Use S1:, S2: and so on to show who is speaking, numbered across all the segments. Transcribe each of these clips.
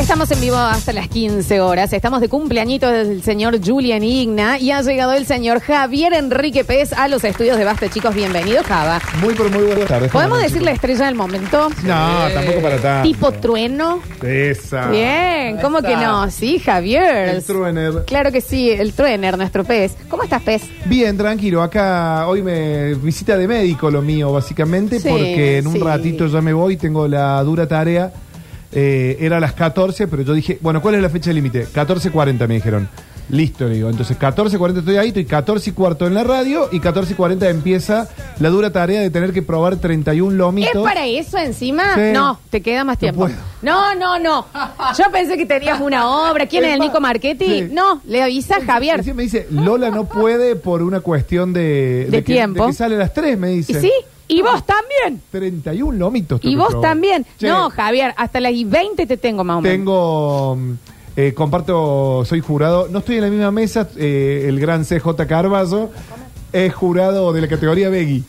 S1: Estamos en vivo hasta las 15 horas. Estamos de cumpleañitos del señor Julian Igna y ha llegado el señor Javier Enrique Pérez a los estudios de Basta, chicos. Bienvenido, Java.
S2: Muy, pero muy buenas tardes.
S1: ¿Podemos
S2: Juan,
S1: decir la
S2: chicos.
S1: estrella del momento?
S2: No, tampoco para tanto.
S1: Tipo trueno.
S2: Esa.
S1: Bien, ¿cómo que no? Sí, Javier.
S2: Ah, El truener.
S1: Claro que sí, el truener, nuestro pez. ¿Cómo estás, pez?
S2: Bien, tranquilo. Acá hoy me visita de médico lo mío, básicamente,
S1: Sí,
S2: porque en un
S1: sí.
S2: ratito ya me voy, tengo la dura tarea. Eh, era a las 14, pero yo dije, bueno, ¿cuál es la fecha límite? 14.40 me dijeron. Listo, le digo. Entonces, 14.40 estoy ahí, estoy 14 y cuarto en la radio y 14.40 empieza la dura tarea de tener que probar 31
S1: ¿Es
S2: lomitos.
S1: para eso encima?
S2: Sí.
S1: No, te queda más tiempo.
S2: puedo.
S1: No, no, no. Yo pensé que tenías una obra. ¿Quién es el Nico Marchetti?
S2: Sí.
S1: No, le avisa Javier.
S2: Recién Me dice, Lola no puede por una cuestión de,
S1: De
S2: que-
S1: tiempo.
S2: que sale a las 3, me
S1: ¿Y
S2: dice.
S1: sí? ¿Y vos también?
S2: 31 lomitos.
S1: Y
S2: tengo que
S1: vos
S2: probar.
S1: también.
S2: Che,
S1: No, Javier, hasta las y 20 te tengo más o menos.
S2: Tengo. mm, eh, comparto, soy jurado. No estoy en la misma mesa. eh, el gran CJ Carballo es jurado de la categoría Beggy.
S1: Mm.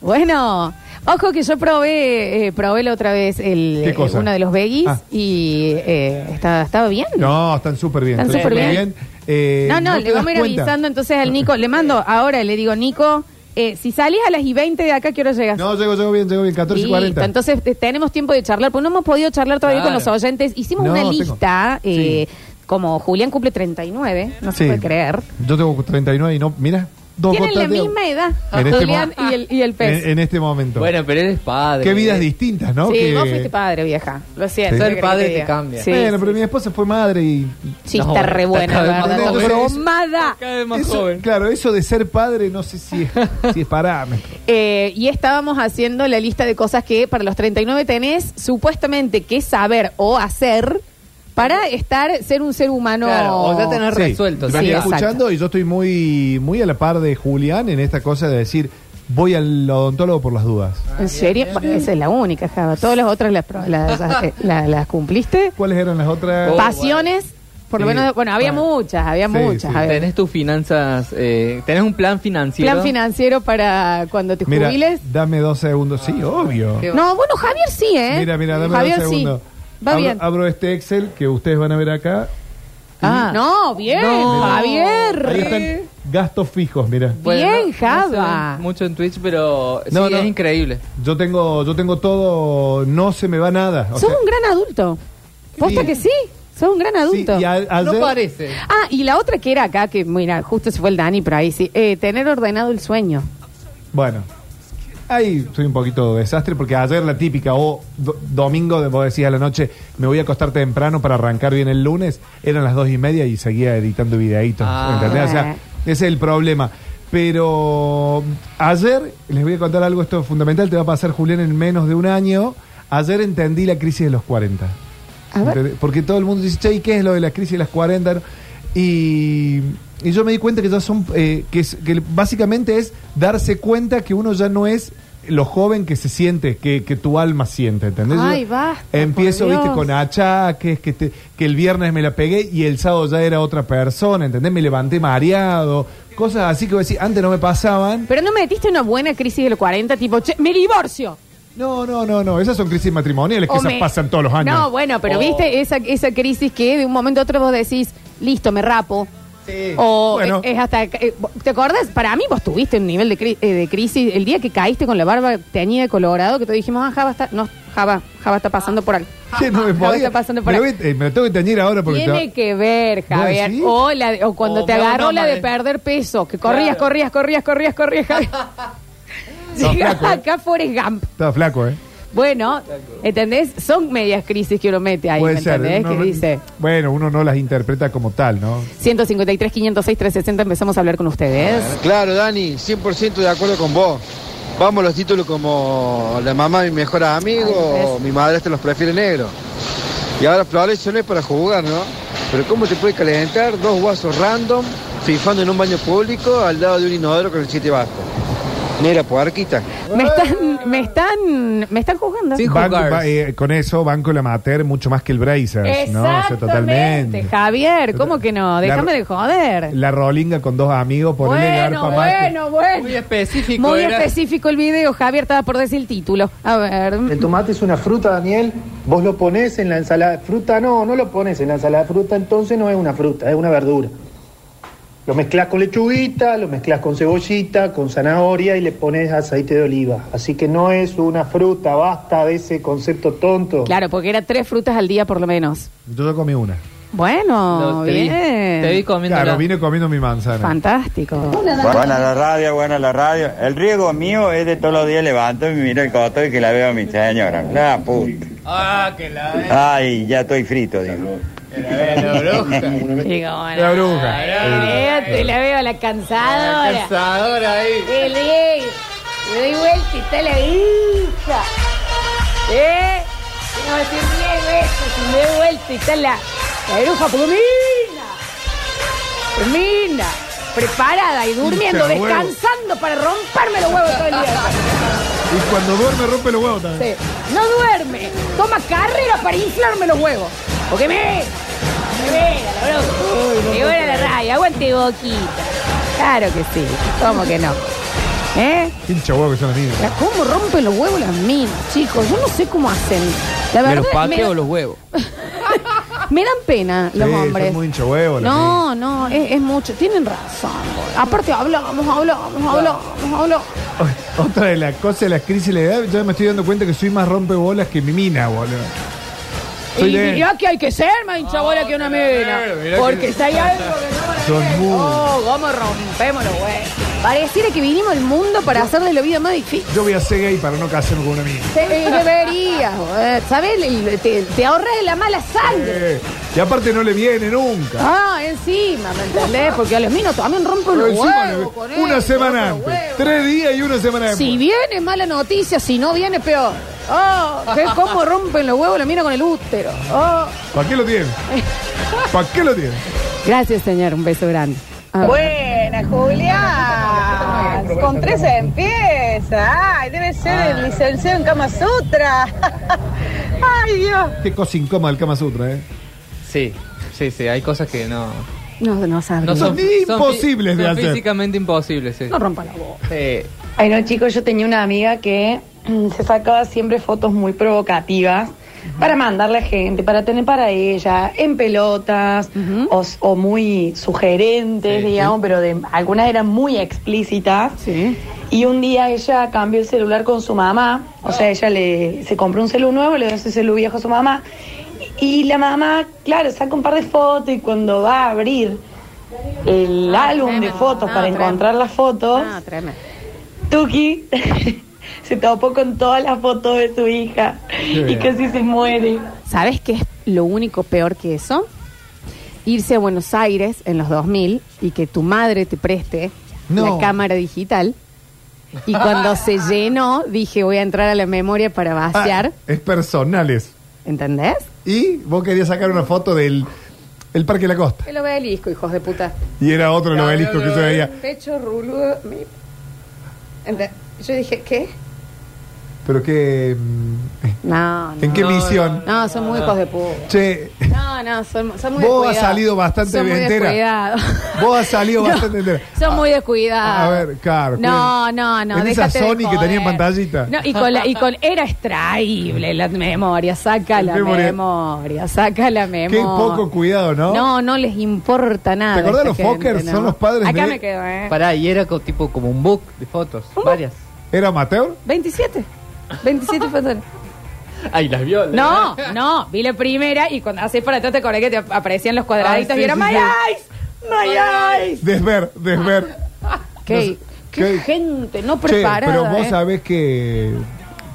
S1: Bueno, ojo que yo probé, eh, probé la otra vez el,
S2: ¿Qué cosa?
S1: eh, uno de los veggies
S2: Ah.
S1: y eh, está- estaba bien.
S2: No, están súper bien.
S1: Están súper bien.
S2: Eh,
S1: no, no,
S2: te
S1: le vamos a
S2: das
S1: ir
S2: cuenta.
S1: avisando entonces al Nico. Le mando ahora, le digo, Nico, eh, si salís a las y 20 de acá, ¿qué hora llegas?
S2: No, llego, llego bien, llego bien. 14 y
S1: Listo,
S2: 40.
S1: Entonces te- tenemos tiempo de charlar, porque no hemos podido charlar todavía
S3: Claro.
S1: con los oyentes. Hicimos
S2: No,
S1: una
S2: tengo-
S1: lista, eh, como Julián cumple 39, no se
S2: Sí.
S1: puede creer.
S2: Yo tengo 39 y no. Mira, dos
S1: Tienen la
S2: gotas de agua.
S1: misma edad,
S2: En este
S1: Julián
S2: mo-
S1: y el, y el pez.
S2: En, en este momento.
S3: Bueno, pero eres padre.
S2: Qué vidas distintas, ¿no?
S1: sí,
S2: Que-
S1: vos fuiste padre, vieja. Lo siento. ¿qué
S2: Sí. Ser
S1: querés que
S3: padre
S1: diga?
S3: te cambia.
S1: Sí,
S2: bueno,
S1: sí,
S2: pero mi esposa fue madre y.
S1: sí,
S3: No,
S1: está re
S3: está
S1: buena,
S3: cada vez
S1: ¿verdad?
S3: más
S1: Está
S2: joven.
S1: bromada.
S3: Cada vez más
S2: Eso-
S3: joven.
S2: Claro, eso de ser padre no sé si es, si es parámetro.
S1: Eh, y estábamos haciendo la lista de cosas que para los 39 tenés supuestamente que saber o hacer para estar, ser un ser humano.
S3: Claro, o ya tenés
S2: Sí,
S3: resuelto.
S2: me
S1: sí,
S2: estoy
S1: exacto.
S2: escuchando y yo estoy muy, muy a la par de Julián en esta cosa de decir, voy al odontólogo por las dudas.
S1: ¿En serio? Esa es la única, Java. Todas las otras las, pro- las- eh, la- las cumpliste.
S2: ¿Cuáles eran las otras?
S3: Oh,
S1: Pasiones, por lo
S2: Sí,
S1: menos, bueno, había
S2: bueno.
S1: muchas, había
S2: Sí,
S1: muchas.
S2: sí.
S1: a ver.
S3: Tenés tus finanzas, eh, tenés un plan financiero.
S1: Plan financiero para cuando te
S2: Mira,
S1: jubiles.
S2: dame dos segundos. Sí, obvio.
S3: Qué
S1: No, bueno, Javier sí, ¿eh?
S2: Mira, mira, dame
S1: Javier
S2: dos segundos.
S1: sí. Va
S2: abro,
S1: bien.
S2: abro este Excel que ustedes van a ver acá.
S3: Ah,
S1: No, bien,
S3: No.
S1: Javier.
S2: Ahí están gastos fijos, mira.
S1: Bien,
S3: no-
S1: Java.
S3: no se ve mucho en Twitch, pero sí,
S2: No, no.
S3: es increíble.
S2: Yo tengo, yo tengo todo, no se me va nada. O
S1: Sos
S2: sea,
S1: un gran adulto. Posta
S2: Sí.
S1: que sí, sos un gran
S2: sí,
S1: adulto.
S2: y a-
S3: No
S2: ayer-
S3: parece.
S1: Ah, y la otra que era acá, que mira, justo se fue el Dani, pero ahí sí. eh, tener ordenado el sueño.
S2: Bueno, ahí soy un poquito desastre porque ayer la típica, o do- domingo, de- vos decías a la noche, me voy a acostar temprano para arrancar bien el lunes, eran las dos y media y seguía editando videitos,
S3: Ah.
S2: ¿entendés? O sea,
S1: Eh.
S2: ese es el problema. Pero ayer, les voy a contar algo, esto es fundamental, te va a pasar Julián en menos de un año. Ayer entendí la crisis de los 40.
S1: A ver.
S2: ¿Entendés? Porque todo el mundo dice, che, ¿y qué es lo de la crisis de las 40? Y, y yo me di cuenta que ya son, eh, que, es- que básicamente es darse cuenta que uno ya no es lo joven que se siente, que, que tu alma siente, ¿entendés?
S1: Ay,
S2: Yo
S1: basta,
S2: Empiezo,
S1: por
S2: viste,
S1: Dios.
S2: con achaques, que, te- que el viernes me la pegué y el sábado ya era otra persona, ¿entendés? Me levanté mareado, cosas así que vos decís, antes no me pasaban.
S1: Pero no me metiste una buena crisis de los 40, tipo, che, me divorcio.
S2: No, no, no, no, esas son crisis matrimoniales que
S1: O
S2: esas
S1: me-
S2: pasan todos los años. Oh.
S1: No, bueno, pero
S3: O-
S1: viste esa, esa crisis que de un momento a otro vos decís, listo, me rapo. O
S2: Bueno.
S1: es, es hasta. eh, ¿Te acordás? Para mí vos tuviste un nivel de, cri- eh, de crisis el día que caíste con la barba teñida de colorado, que te dijimos, ah, Java está. No, Java, Java está pasando por algo.
S2: Sí, no me
S1: Java
S2: podía.
S1: está pasando por
S2: me, lo
S1: algo.
S2: voy- eh, me lo tengo que teñir ahora porque te va-
S1: Tiene que ver, Javier.
S2: decís?
S1: O, la de- o cuando
S3: O
S1: te
S3: me hago
S1: agarró
S3: una
S1: la de
S3: made-
S1: perder peso, que corrías,
S3: Claro.
S1: corrías, corrías, corrías, corrías, Javier.
S2: No,
S1: Llegás
S2: flaco, eh.
S1: acá, Forrest Gump.
S2: Estaba flaco, ¿eh?
S1: Bueno, ¿entendés? Son medias crisis que uno mete ahí, ¿me entendés?
S2: uno
S1: que
S2: no-
S1: dice.
S2: Bueno, uno no las interpreta como tal, ¿no?
S1: 153, 506, 360, empezamos a hablar con ustedes.
S4: Claro, Dani, 100% de acuerdo con vos. Vamos los títulos como la mamá de mi mejor
S1: Ay,
S4: amigo,
S1: ¿ves?
S4: mi madre te los prefiere negro. Y ahora flores son para jugar, ¿no? Pero ¿cómo te puede calentar dos guasos random fifando en un baño público al lado de un inodoro con el siete vasco? Mira, puerquita.
S1: Me están, me están, me están juzgando.
S3: Sí,
S2: Banco-
S3: jugar.
S2: ba- eh, con eso, Banco el Amateur mucho más que el Brazers. ¿no? O sea, totalmente.
S1: Javier, ¿cómo que no?
S2: La-
S1: Déjame de joder.
S2: La rolinga con dos amigos, por el
S1: bueno, bueno, bueno.
S3: Muy específico.
S1: Muy
S3: era.
S1: específico el video, Javier, estaba por decir el título. A ver.
S5: El tomate es una fruta, Daniel. Vos lo pones en la ensalada de fruta. No, no lo pones en la ensalada de fruta. Entonces no es una fruta, es una verdura. Lo mezclas con lechuguita, lo mezclas con cebollita, con zanahoria y le pones aceite de oliva. Así que no es una fruta, basta de ese concepto tonto.
S1: Claro, porque era tres frutas al día por lo menos.
S2: Yo ya comí una.
S1: Bueno,
S3: No, te vi-
S1: bien.
S3: te vi comiendo
S2: Claro,
S3: la-
S2: vine comiendo mi manzana.
S1: Fantástico.
S6: Buena la radio, buena la radio. El riesgo mío es de todos los días levanto y miro el coto y que la veo a mi señora. La puta.
S3: Ah, que la...
S6: Ay, ya estoy frito, digo.
S1: Digo, bueno,
S2: La bruja.
S1: ay, veo, te la veo a la cansadora.
S3: Cansadora ahí.
S1: Qué bien. Le doy vuelta y está la hija. ¿Eh? No, si diez veces y me doy vuelta y está la, la bruja plumina. Plumina. Preparada y durmiendo,
S2: Hincha de huevo.
S1: descansando para romperme los huevos todo el día.
S2: Y cuando duerme, rompe los huevos también.
S1: Sí. No duerme. Toma carrera para inflarme los huevos. Porque me. Me vega la bronca. Me vega la raya. Aguante boquita. Claro que sí. ¿Cómo que no? ¿Eh?
S2: Hincha huevo que son los niños.
S1: La- ¿Cómo rompen los huevos las minas, chicos? Yo no sé cómo hacen. La
S3: ¿Me
S1: verdad,
S3: los
S1: me,
S3: pateo
S1: da-
S3: los huevos?
S1: me dan pena los
S2: Sí, son
S1: hombres.
S2: muy hincha huevo, las minas.
S1: no, no, es, es mucho. Tienen razón. boludo. Aparte, hablamos, hablamos, hablamos, hablamos.
S2: Otra de las cosas de las crisis de la edad, yo me estoy dando cuenta que soy más rompebolas que mi mina, boludo. Soy
S1: y
S2: de-
S1: mirá que hay que ser más hincha bola que una mina.
S2: mirá
S1: Porque si hay algo que no van a
S2: Son
S1: ver,
S2: muy-
S1: Oh, cómo rompemos los huevos. Pareciera que vinimos al mundo para hacerle la vida más difícil.
S2: Yo voy a ser gay para no casarme con una mina.
S1: Sí, deberías, joder. ¿sabes? El- Te, te ahorras de la mala sangre.
S2: Eh, y aparte no le viene nunca.
S1: Ah, encima, ¿me entendés? Porque a los minos también rompen
S2: Pero
S1: los
S2: encima le-
S1: huevos. con
S2: una
S1: esto,
S2: semana
S1: rompen los
S2: antes.
S1: huevos.
S2: Tres días y una semana después.
S1: Si viene mala noticia, si no viene peor. Oh, ¿qué- ¿cómo rompen los huevos los minos con el útero? Oh.
S2: ¿Para qué lo tiene? ¿Para qué lo tiene?
S1: Gracias, señor. Un beso grande. Ah.
S7: Buena, Julia. Con tres empieza. Ay, debe ser
S2: Ah.
S7: el licenciado en Kama Sutra. Ay, Dios.
S2: Qué cosa incómoda el Kama Sutra, ¿eh?
S3: Sí, sí, sí. Hay cosas que no...
S1: No, no sabría.
S3: no
S1: No,
S2: son- imposibles de
S3: son
S2: hacer.
S3: físicamente imposibles, sí. Eh,
S1: rompa la voz.
S3: Sí.
S8: Ay, no, chicos, yo tenía una amiga que mm, se sacaba siempre fotos muy provocativas para mandarle a gente, para tener para ella, en pelotas o s- o, muy sugerentes,
S3: Sí,
S8: digamos, pero de, algunas eran muy explícitas.
S1: Sí.
S8: Y un día ella cambió el celular con su mamá, o sea, ella le, se compró un celular nuevo, le dio ese celular viejo a su mamá, y la mamá, claro, saca un par de fotos y cuando va a abrir el álbum de
S1: Ah, tremendo.
S8: fotos
S1: No,
S8: para
S1: tremendo.
S8: encontrar las fotos,
S1: Ah, tremendo.
S8: Tuki se topó con todas las fotos de su hija y
S2: bien.
S8: casi se muere.
S1: ¿Sabes qué es lo único peor que eso? Irse a Buenos Aires en los 2000 y que tu madre te preste
S2: No.
S1: la cámara digital. Y cuando se llenó, dije, voy a entrar a la memoria para vaciar.
S2: Ah, es personales.
S1: ¿Entendés?
S2: Y vos querías sacar una foto del el Parque de la Costa.
S1: El obelisco, hijos de puta.
S2: Y era otro novelista que se veía.
S1: Pecho ruludo. Yo dije, ¿qué?
S2: Pero que... mm,
S1: No, no.
S2: ¿En qué
S3: No,
S2: misión?
S1: No, son muy hijos de puta.
S2: Che,
S1: No, no, son, son muy
S2: Vos has
S1: descuidados.
S2: salido bastante
S1: Son muy
S2: entera.
S1: descuidados.
S2: Vos has salido
S1: No,
S2: bastante entera.
S1: Son muy descuidados.
S2: A ver, claro,
S1: No, no, no.
S2: ¿En esa
S1: déjate de
S2: Sony que
S1: joder.
S2: tenía en pantallita?
S1: No, y con, la- y con- Era extraíble la memoria. Saca
S2: El
S1: la
S2: memoria.
S1: memoria. Saca la memoria.
S2: qué poco cuidado, ¿no?
S1: No, no les importa nada.
S2: ¿Te acordás
S1: a
S2: los
S1: esta
S2: Fokker?
S1: gente,
S2: Son los padres
S1: Acá
S2: de-
S1: me quedo, ¿eh?
S3: Pará, y era co- tipo como un book de fotos. Varias.
S2: ¿Era amateur?
S1: 27. 27 fotos.
S3: Ay, las vio. la-
S1: No, no, vi la primera y cuando haces para atrás te acordé que te aparecían los cuadraditos
S3: Ay, sí,
S1: y era
S3: sí,
S1: My
S3: sí.
S1: Eyes, My Eyes.
S2: Desver, desver.
S1: Qué, qué
S2: qué-
S1: gente no
S2: Che,
S1: preparada.
S2: pero vos
S1: eh.
S2: sabés que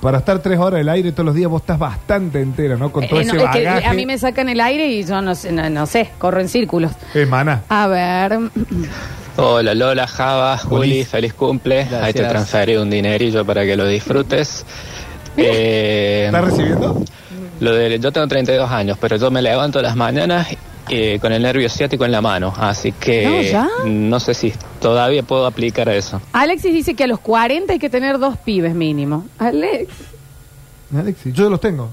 S2: para estar tres horas al aire todos los días vos estás bastante entera, ¿no? Con todo
S1: Eh, no,
S2: ese
S1: es que
S2: bagaje.
S1: a mí me sacan el aire y yo no sé, no, no sé, corro en círculos.
S2: Eh, maná.
S1: A ver,
S9: Hola Lola, Java, Juli,
S2: Buenísimo.
S9: feliz cumple. Ahí te
S3: Gracias.
S9: transferí un dinerillo para que lo disfrutes. Eh,
S2: ¿Estás recibiendo?
S9: lo de, yo tengo 32 años, pero yo me levanto las mañanas
S10: eh, con el nervio ciático en la mano, así
S1: No,
S10: que
S1: ¿ya?
S10: no sé si todavía puedo aplicar eso.
S1: Alexis dice que a los 40 hay que tener dos pibes mínimo. Alex.
S2: Alexis, yo los tengo.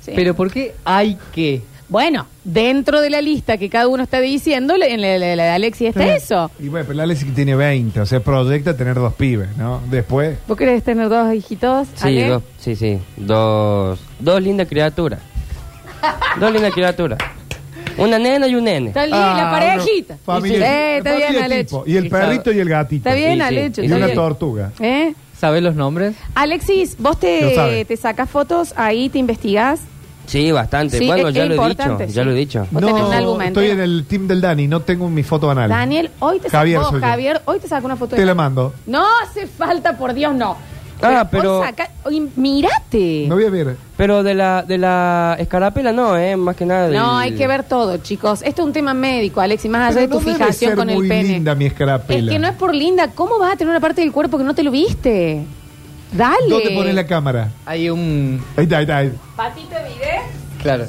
S1: sí.
S3: Pero ¿por qué hay que?
S1: Bueno, dentro de la lista que cada uno está diciendo, en la, la- la de Alexis está eso.
S2: Y bueno, pero Alexis tiene 20, o sea, proyecta tener dos pibes, ¿no? Después.
S1: ¿Vos querés tener dos hijitos?
S11: Sí,
S1: Ale?
S11: dos, sí, sí. Dos, dos lindas criaturas. dos lindas criaturas. Una nena y un nene.
S1: Está bien, la parejita.
S2: Ah, familia-
S1: Sí, Eh, está
S2: familia
S1: bien, Alex.
S2: tipo. Y el perrito y el gatito.
S1: Está bien, Alex.
S2: Y una tortuga.
S1: ¿Eh?
S3: ¿Sabés los nombres?
S1: Alexis, vos
S11: Lo sabe.
S1: te, te sacás fotos ahí, te investigás.
S11: Sí, bastante.
S1: Sí,
S11: bueno,
S1: es-
S11: ya
S1: es
S11: lo he dicho.
S1: importante,
S11: Ya
S1: sí.
S11: lo he dicho.
S1: Vos tenés un álbum
S2: estoy
S1: entero.
S2: en el team del Dani, no tengo mi foto banal.
S1: Daniel, hoy te
S2: Javier,
S1: sacó,
S2: soy yo.
S1: Javier, hoy te sacó una foto de
S2: Te la
S1: Dani.
S2: mando.
S1: No hace falta, por Dios, no.
S11: Ah,
S1: Hoy
S11: pero.
S1: saca- hoy mirate.
S2: voy a ver.
S11: Pero de la, de la escarapela no, ¿eh? Más que nada.
S1: No,
S11: del-
S1: hay que ver todo, chicos. Esto es un tema médico, Alexis, más allá de tu
S2: no debe
S1: fijación
S2: ser
S1: con el
S2: muy
S1: pene.
S2: linda mi escarapela.
S1: Es que no es por linda. ¿Cómo vas a tener una parte del cuerpo que no te lo viste? Dale.
S2: ¿Dónde pones la cámara?
S3: Hay un...
S2: Ahí está, ahí está. ahí.
S12: Patita miré,
S3: Claro.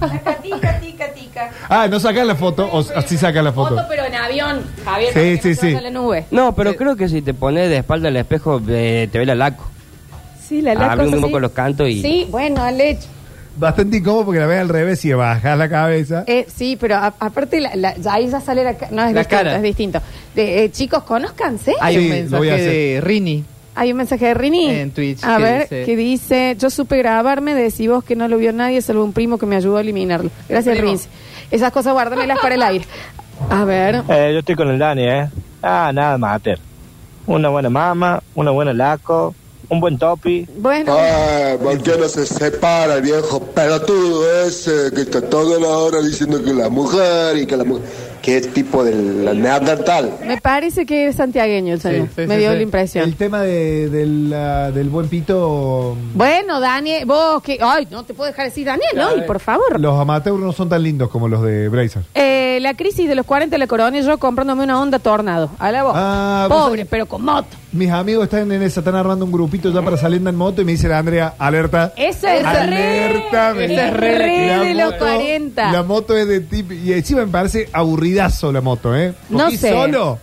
S12: acá tica, tica, tica.
S2: Ah, no sacas la foto, o s- sí sacas la foto.
S1: Foto, pero en avión, Javier.
S2: Sí,
S1: para que
S2: sí,
S1: no se
S2: sí.
S1: vaya a La nube.
S11: No,
S4: Eh.
S11: pero creo que si te pones de espalda al espejo, eh, te ve la laco.
S1: Sí, la la
S11: Abre un
S1: cosa
S11: poco
S1: sí.
S11: los cantos y.
S1: Sí, bueno, Alex.
S2: Bastante incómodo porque la ves al revés y bajas la cabeza.
S1: Eh, sí, pero a- aparte, la, la- ya ahí ya sale la ca- No, es
S3: La
S1: distinto,
S3: cara.
S1: es distinto. De, eh, chicos, conózcanse.
S3: Hay
S2: Sí,
S3: un
S2: lo voy a
S3: mensaje
S2: hacer.
S3: de Rini.
S1: Hay un mensaje de Rini.
S3: En Twitch,
S1: A
S3: que
S1: ver,
S3: dice-
S1: que dice, yo supe grabarme, decí vos que no lo vio nadie, salvo un primo que me ayudó a eliminarlo. Gracias,
S3: Primo.
S1: Rini. Esas cosas guárdamelas para el aire. A ver,
S13: Eh, yo estoy con el Dani, ¿eh? Ah, nada, mater. Una buena mama, una buena laco, un buen topi.
S1: bueno.
S14: ¿Por qué no Ah, se separa el viejo pelotudo ese que está toda la hora diciendo que la mujer y que la mujer... ¿Qué tipo de la neandertal?
S1: Me parece que es santiagueño el señor.
S2: Sí, sí,
S1: me
S2: sí,
S1: dio
S2: sí.
S1: la impresión.
S2: El tema de- del, ah, del buen pito. mm,
S1: Bueno, Daniel, vos que. Ay, no te puedo dejar decir Daniel, no, y por favor.
S2: Los amateurs no son tan lindos como los de Bracer.
S1: Eh, la crisis de los 40 la corona y yo comprándome una onda tornado. A la voz.
S2: Ah, vos
S1: Pobre, pero con moto.
S2: Mis amigos están en esa, están armando un grupito ya para salir en moto y me dice la Andrea, alerta.
S1: Eso es
S2: alerta,
S1: re-
S2: me-
S1: es re de
S2: La
S1: los 40.
S2: La moto es de tip y encima me parece aburridazo la moto, ¿eh?
S1: No
S2: Porque
S1: sé.
S2: solo?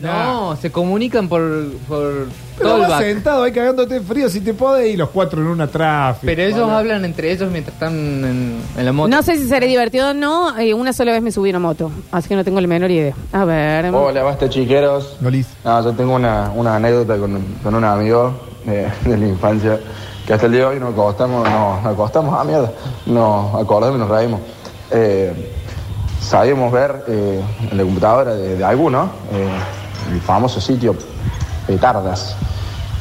S3: No, se comunican por, por
S2: Pero vas
S3: callback.
S2: sentado ahí cagándote frío si te podés y los cuatro en una tráfico.
S3: Pero ellos hablan entre ellos mientras están en, en la moto.
S1: No sé si seré divertido o no. eh, una sola vez me subí a una moto. Así que no tengo la menor idea. A ver.
S4: Hola, basta chiqueros. No, yo tengo una, una anécdota con, con un amigo eh, de la infancia que hasta el día de hoy nos acostamos, nos acostamos, ah, mierda, nos acordamos y nos reímos. Eh, sabíamos ver eh, en la computadora de, de alguno eh, el famoso sitio Petardas.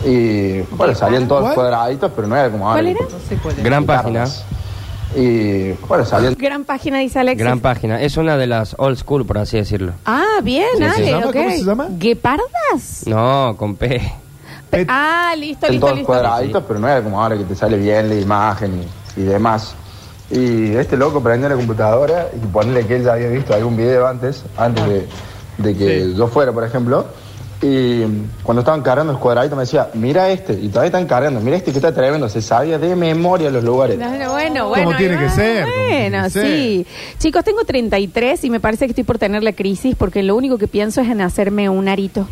S4: Y bueno, salían todos
S1: ¿Cuál?
S4: cuadraditos, pero no era como
S1: ¿Cuál
S4: ahora.
S1: era?
S11: Gran página.
S4: Petardas. Y bueno, salían.
S1: Gran página dice Alexis.
S11: Gran página. Es una de las old school, por así decirlo.
S1: Ah, bien,
S11: Sí,
S1: Ale,
S11: sí. ¿Se llama?
S1: ok.
S11: ¿Cómo se llama?
S1: ¿Guepardas?
S11: No, con P.
S1: Pe- ah, listo,
S4: en
S1: listo,
S4: todos
S1: listo.
S4: cuadraditos, pero no era como ahora que te sale bien la imagen y, y demás. Y este loco prende la computadora y ponerle que él ya había visto algún video antes, antes de, de que yo fuera, por ejemplo. Y cuando estaban cargando los cuadraditos me decía, mira este, y todavía están cargando, mira este que está tremendo, se sabía de memoria los lugares.
S1: No, no, bueno, bueno.
S4: Como tiene
S1: ahí
S4: que
S1: va.
S4: ser, como
S1: Bueno,
S4: tiene que
S1: sí. Chicos, tengo 33 y me parece que estoy por tener la crisis porque lo único que pienso es en hacerme un arito.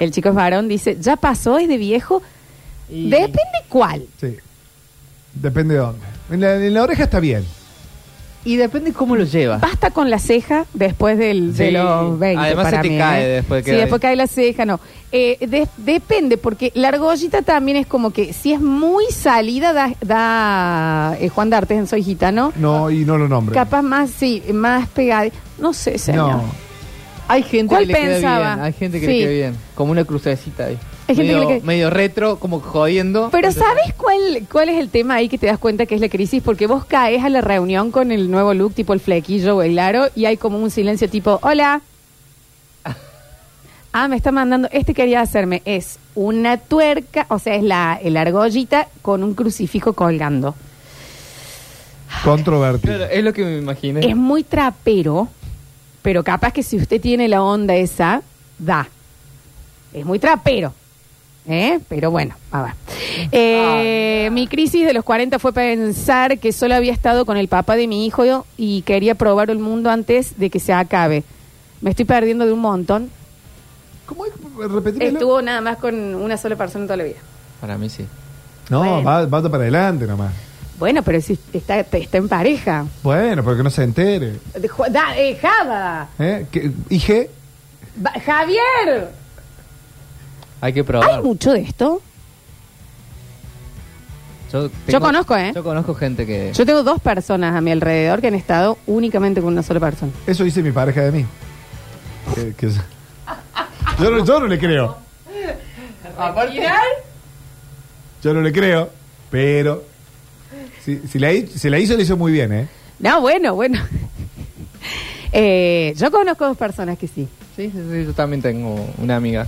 S1: El chico es varón, dice, ya pasó, es de viejo. Depende cuál.
S2: Sí. Depende de dónde. En la, en la oreja está bien.
S3: Y depende cómo lo lleva.
S1: Basta con la ceja después del, de
S3: Sí.
S1: los 20.
S3: Además se
S1: para
S3: te
S1: mí,
S3: cae
S1: ¿eh?
S3: después que
S1: Sí,
S3: hay.
S1: después cae la ceja, no. Eh, de- depende, porque la argollita también es como que si es muy salida, da, da, eh, Juan D'Artes en Soy Gitano.
S2: No, y no lo nombro.
S1: Capaz más, sí, más pegada. No sé, señor.
S2: No.
S3: Hay gente
S1: ¿Cuál
S3: que le queda
S1: pensaba?
S3: bien. Hay gente que
S1: Sí.
S3: le queda bien. Como una crucecita ahí.
S1: Hay gente que
S3: medio,
S1: le queda-
S3: medio retro, como jodiendo.
S1: Pero
S3: Entonces,
S1: ¿sabes cuál, cuál es el tema ahí que te das cuenta que es la crisis? Porque vos caes a la reunión con el nuevo look, tipo el flequillo o el aro, y hay como un silencio tipo, hola. Ah, me está mandando, este quería hacerme, es una tuerca, o sea, es la, el argollita con un crucifijo colgando.
S2: Controvertido.
S3: Claro, es lo que me imaginé.
S1: Es muy trapero, pero capaz que si usted tiene la onda esa, da. Es muy trapero. ¿Eh? Pero bueno, a ver. Eh, mi crisis de los 40 fue pensar que solo había estado con el papá de mi hijo y quería probar el mundo antes de que se acabe. Me estoy perdiendo de un montón.
S2: ¿Cómo es? Repetímelo.
S1: Estuvo nada más con una sola persona toda la vida.
S3: Para mí sí.
S2: No, va, va para adelante nomás.
S1: Bueno, pero si está, está en pareja.
S2: Bueno, porque no se entere.
S1: De Ju- da- eh, Java.
S2: ¿Eh? ¿Qué- ¿IG?
S1: Ba- Javier.
S3: Hay que
S1: ¿Hay
S3: probar.
S1: mucho de esto?
S3: Yo,
S1: Yo conozco, ¿eh?
S3: Yo conozco gente que.
S1: Yo tengo dos personas a mi alrededor que han estado únicamente con una sola persona.
S2: Eso dice mi pareja de mí. Que- que- yo, no, yo no le creo. Yo no le creo. Pero. Si, si la, hi- si la hizo, le hizo muy bien, ¿eh?
S1: No, bueno, bueno. Eh, yo conozco dos personas que sí.
S3: Sí, sí, sí, yo también tengo una amiga.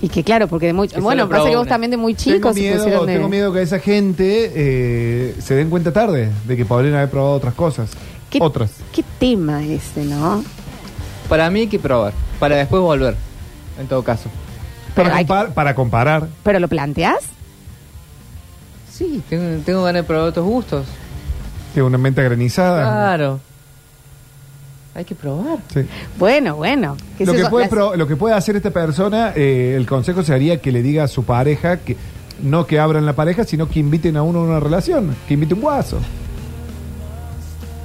S1: Y que claro, porque de muy...
S3: Que
S1: Bueno,
S3: solo
S1: pasa que
S3: probó
S1: vos
S3: una.
S1: también de muy
S2: Tengo
S1: chicos se
S2: miedo,
S1: pusieron de-
S2: tengo miedo que esa gente eh, se den cuenta tarde de que podrían haber probado otras cosas.
S1: ¿Qué-
S2: Otras.
S1: ¿Qué tema ese, no?
S3: Para mí hay que probar. Para después volver. En todo caso.
S2: Para, compar- para comparar.
S1: ¿Pero lo planteás?
S3: Sí, tengo, tengo ganas de probar otros gustos.
S2: Que una mente
S3: Ah.
S2: granizada.
S3: Claro. Hay que probar.
S2: Sí.
S1: Bueno, bueno. ¿Qué
S2: Lo
S1: sé
S2: que,
S1: yo?
S2: puede,
S1: Las-
S2: pro- lo que puede hacer esta persona, eh, el consejo sería que le diga a su pareja que no que abran la pareja, sino que inviten a uno a una relación, que invite un guaso.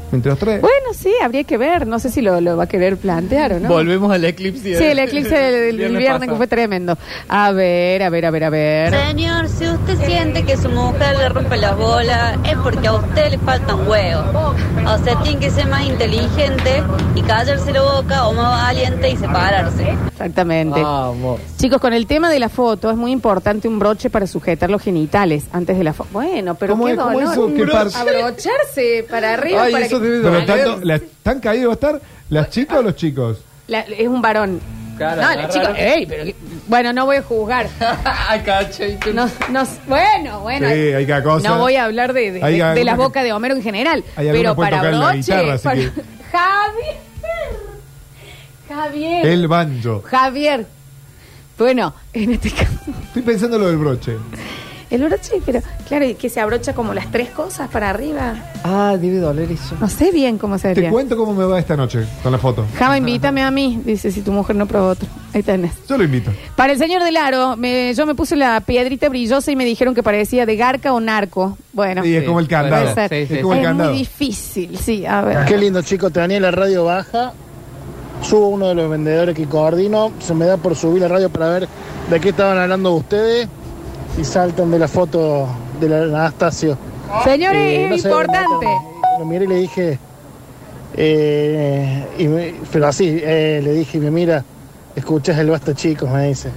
S2: Entre los tres.
S1: Bueno, sí, habría que ver. No sé si lo, lo va a querer plantear o no.
S3: Volvemos al eclipse.
S1: Sí, el eclipse del, del viernes, que
S3: pasado.
S1: fue tremendo. A ver, a ver, a ver, a ver.
S15: Señor, si usted siente que su mujer le rompe las bolas, es porque a usted le faltan huevos. O sea, tiene que ser más inteligente y callarse la boca o más valiente y separarse.
S1: Exactamente.
S3: Vamos.
S1: Chicos, con el tema de la foto es muy importante un broche para sujetar los genitales antes de la foto. Bueno, pero
S2: ¿Cómo
S1: qué
S2: es? ¿Cómo
S1: dolor.
S2: eso? ¿Qué parte?
S1: Abrocharse para arriba.
S2: Ay,
S1: para
S2: eso
S1: que-
S2: debe Pero tanto, la- ¿tan caído va a estar las chicas o los chicos?
S1: La- es un varón.
S3: Claro,
S1: no,
S3: raro.
S1: chicos, ey, pero que- bueno, no voy a juzgar.
S3: Ay, caché.
S1: No, no, bueno, bueno.
S2: Sí, hay cada cosa.
S1: No voy a hablar de, de,
S2: Hay
S1: de- de
S2: alguna
S1: la
S2: que-
S1: boca de Homero en general.
S2: Hay alguna
S1: pero
S2: que puede
S1: para
S2: tocar la
S1: broche.
S2: guitarra, así
S1: para-
S2: que-
S1: Javier. Javier.
S2: El banjo.
S1: Javier. Bueno, en este caso.
S2: Estoy pensando lo del broche.
S1: El broche, pero claro, y que se abrocha como las tres cosas para arriba.
S3: Ah, debe doler eso.
S1: No sé bien cómo se
S2: Te
S1: haría.
S2: cuento cómo me va esta noche con la foto.
S1: Java, invítame a mí, dice, si tu mujer no probó otro. Ahí tenés.
S2: Yo lo invito.
S1: Para el señor del aro, me- yo me puse la piedrita brillosa y me dijeron que parecía de garca o narco. Bueno.
S2: Y es como el candado.
S1: puede ser.
S2: Sí, sí, Es como el
S1: Es
S2: candado.
S1: muy difícil, sí, a ver.
S5: Qué lindo, chicos. Tenía la radio baja. Subo uno de los vendedores que coordino. Se me da por subir la radio para ver de qué estaban hablando ustedes. Y saltan de la foto de la Anastasio.
S1: Señores,
S5: Eh, no
S1: es
S5: sé,
S1: importante.
S5: Lo miré y le dije. eh, y me- pero así, eh, le dije, me mira, escuchas el basta, chicos, me dice.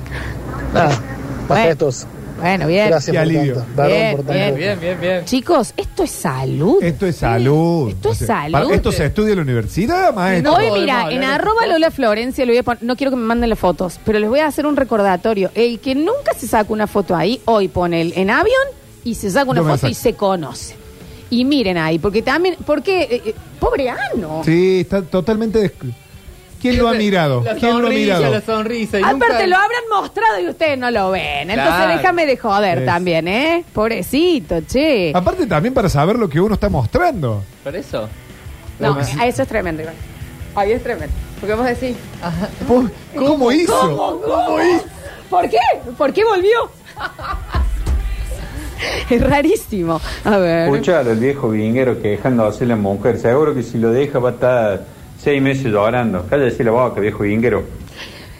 S5: Ah,
S1: Bueno.
S5: basta estos.
S1: Bueno, bien.
S5: Gracias por tanto. Perdón
S1: Bien,
S5: por tanto.
S1: bien.
S3: bien, bien.
S1: Chicos, esto es salud.
S2: Esto es salud.
S1: Esto es
S2: O sea,
S1: salud.
S2: para- ¿Esto se estudia en la universidad, maestro?
S1: Hoy, mira, en arroba Lola Florencia, le voy a pon- no quiero que me manden las fotos, pero les voy a hacer un recordatorio. El que nunca se saca una foto ahí, hoy pone el en avión y se saca una
S2: Yo me la
S1: foto y
S2: saco.
S1: se conoce. Y miren ahí, porque también, porque, eh, eh, pobre Ano.
S2: Sí, está totalmente... des- ¿Quién lo ha mirado?
S3: La
S2: ¿Quién lo ha
S3: sonrisa,
S2: mirado?
S3: la sonrisa. y
S1: Aparte
S3: nunca-
S1: Ah, lo habrán mostrado y ustedes no lo ven. Entonces
S2: Claro.
S1: déjame de joder
S2: Es.
S1: también, ¿eh? Pobrecito, che.
S2: Aparte también para saber lo que uno está mostrando.
S3: Por eso.
S1: No, a eso es tremendo, Iván. Ahí es tremendo. Porque vos decís.
S2: ¿Cómo, hizo?
S1: ¿Cómo? ¿Cómo hizo? ¿Por qué? ¿Por qué volvió? es rarísimo. A ver.
S16: Escuchar al viejo vinguero quejándose la mujer. Seguro que si lo deja va a estar seis meses llorando. Cállese la boca, viejo vinguero.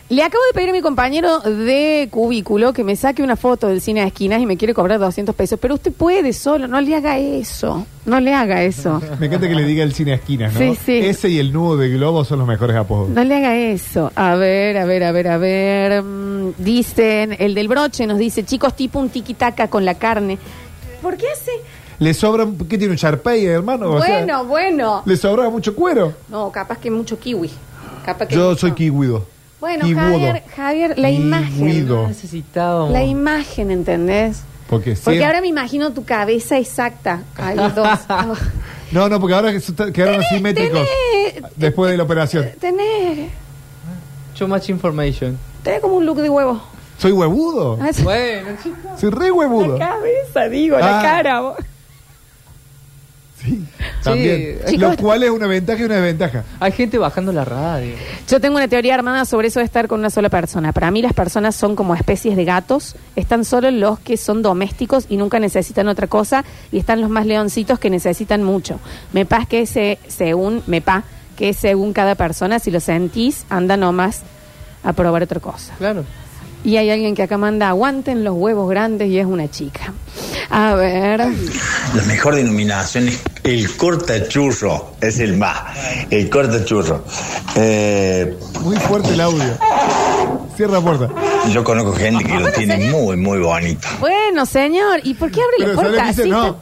S1: Le acabo de pedir a mi compañero de cubículo que me saque una foto del cine de esquinas y me quiere cobrar 200 pesos. Pero usted puede solo, no le haga eso. No le haga eso.
S2: Me encanta que le diga el cine a esquinas, ¿no?
S1: Sí, sí.
S2: Ese y el nudo de globo son los mejores apodos.
S1: No le haga eso. A ver, a ver, a ver, a ver. Mm, Dicen, el del broche nos dice, chicos, tipo un tiquitaca con la carne. ¿Por qué hace?
S2: Le sobra... un- ¿Qué tiene un Sharpay, hermano? O sea,
S1: bueno, bueno.
S2: le sobra mucho cuero.
S1: No, capaz que mucho kiwi. Capaz que
S2: Yo
S1: mucho.
S2: soy kiwido.
S1: Bueno,
S2: kibudo.
S1: Javier, Javier, la
S2: Kiwido.
S1: imagen. La imagen, ¿entendés?
S2: Porque,
S1: Porque
S2: siempre-
S1: ahora me imagino tu cabeza exacta. Ahí, dos.
S2: No, no, porque ahora que se está- quedaron asimétricos
S1: tenés-
S2: después de la operación.
S1: Tenés,
S3: Too much information.
S1: tenés como un look de huevo.
S2: ¿Soy huevudo?
S1: Ah.
S3: Bueno,
S2: Soy re huevudo.
S1: La cabeza, digo,
S2: Ah.
S1: la cara. vos.
S2: También.
S1: Sí.
S2: Lo
S1: Chicos-
S2: cual es una ventaja y una desventaja.
S3: Hay gente bajando la radio.
S1: Yo tengo una teoría armada sobre eso de estar con una sola persona. Para mí las personas son como especies de gatos. Están solo los que son domésticos y nunca necesitan otra cosa. Y están los más leoncitos que necesitan mucho. Me paz que ese, según, me pa, que es según cada persona, si lo sentís, anda nomás a probar otra cosa.
S3: Claro.
S1: Y hay alguien que acá manda, aguanten los huevos grandes y es una chica. A ver.
S6: La mejor denominación es el cortachurro, es el más, el cortachurro. Eh,
S2: Muy fuerte el audio. Cierra la puerta.
S6: yo conozco gente que lo tiene muy, muy bonito.
S1: Bueno, señor, ¿y por qué abre
S2: Pero
S1: la puerta?
S2: sale y dice,
S1: así?
S2: no.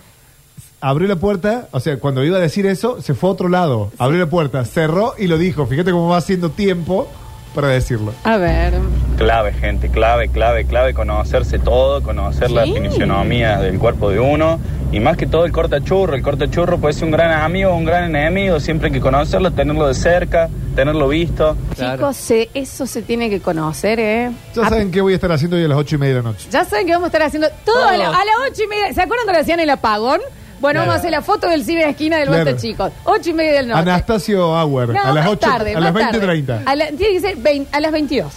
S2: Abrió la puerta, o sea, cuando iba a decir eso, se fue a otro lado. Abrió la puerta, cerró y lo dijo. Fíjate cómo va haciendo tiempo para decirlo.
S1: A ver.
S17: Clave, gente, clave, clave, clave, conocerse todo, conocer la
S1: Sí.
S17: definicionomía del cuerpo de uno y más que todo el cortachurro. El cortachurro puede ser un gran amigo o un gran enemigo, siempre hay que conocerlo, tenerlo de cerca, tenerlo visto.
S1: Chicos, se- eso se tiene que conocer, ¿eh?
S2: Ya saben qué voy a estar haciendo hoy a las ocho y media de la noche.
S1: Ya saben que vamos a estar haciendo todo a, la- a las ocho y media. ¿Se acuerdan cuando hacían el apagón? Bueno,
S2: Claro.
S1: vamos a hacer la foto del cine de esquina del Basta
S2: Claro.
S1: Chicos. Ocho y media del noche.
S2: Anastasio Auer,
S1: No,
S2: a las
S1: más
S2: 8,
S1: tarde,
S2: a
S1: más
S2: las
S1: tarde.
S2: 20.30.
S1: A la- tiene que ser vein- a las 22.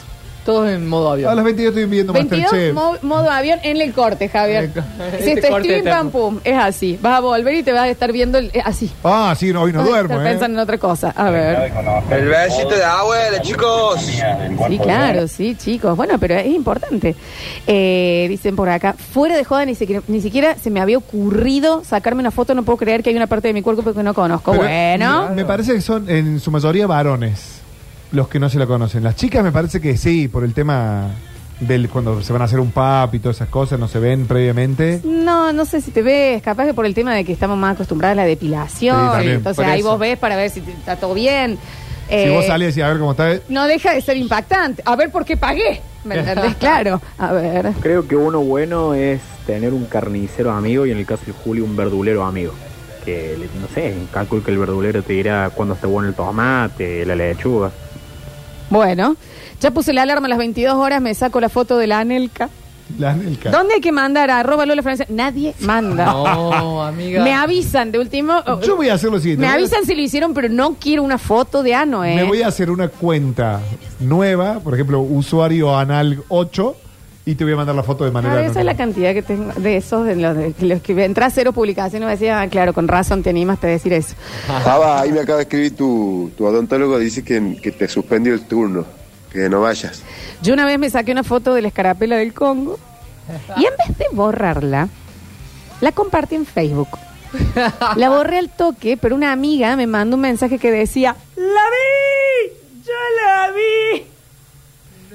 S3: Todos en modo avión.
S2: A las 22 estoy viendo
S1: 22
S2: Masterchef.
S1: mo- modo avión en el corte, Javier. si
S3: Este
S1: te
S3: corte
S1: escriben, pam,
S3: eterno.
S1: pum, es así. Vas a volver y te vas a estar viendo el- eh, así.
S2: Ah, sí, no, hoy no
S1: Vas a
S2: duermo,
S1: estar
S2: ¿eh?
S1: pensando en otra cosa. A ver.
S18: El besito de abuela, chicos.
S1: Sí, claro, sí, chicos. Bueno, pero es importante. Eh, dicen por acá, fuera de joda, ni siquiera, ni siquiera se me había ocurrido sacarme una foto. No puedo creer que hay una parte de mi cuerpo que no conozco.
S2: Pero
S1: bueno.
S2: Ah, Me parece que son en su mayoría varones los que no se la conocen. Las chicas me parece que sí, por el tema del cuando se van a hacer un pap y todas esas cosas, no se ven previamente.
S1: No, no sé si te ves, capaz que por el tema de que estamos más acostumbrados a la
S2: Sí,
S1: depilación,
S2: también.
S1: entonces
S2: Por
S1: ahí
S2: eso.
S1: vos ves para ver si te- está todo bien.
S2: si
S1: Eh,
S2: vos salís y decís, a ver cómo está,
S1: No deja de ser impactante. A ver por qué pagué. ¿Me entendés? claro. A ver.
S19: Creo que uno bueno es tener un carnicero amigo y en el caso de Julio un verdulero amigo. Que, le- no sé, calculo que el verdulero te dirá cuándo está bueno el tomate, la lechuga.
S1: Bueno, ya puse la alarma a las 22 horas, me saco la foto de la Anelca.
S2: la Anelka.
S1: ¿Dónde hay que mandar? Arroba Lola Francia. Nadie manda.
S2: No,
S3: amiga.
S1: Me avisan de último. oh,
S2: Yo voy a hacer lo siguiente.
S1: Me
S2: voy a-
S1: avisan si lo hicieron, pero no quiero una foto de Ano, ¿eh?
S2: Me voy a hacer una cuenta nueva, por ejemplo, usuario anal 8, y te voy a mandar la foto de manera.
S1: Claro, esa es
S2: anónima.
S1: la cantidad que tengo de esos, de los, de los que entras cero publicaciones, me decía, ah, claro, con razón te animaste a decir eso.
S14: Java, ahí me acaba de escribir tu, tu odontólogo, dice que, que te suspendió el turno, que no vayas.
S1: Yo una vez me saqué una foto de la escarapela del Congo y en vez de borrarla, la compartí en Facebook. La borré al toque, pero una amiga me mandó un mensaje que decía, ¡La vi! ¡Yo la vi!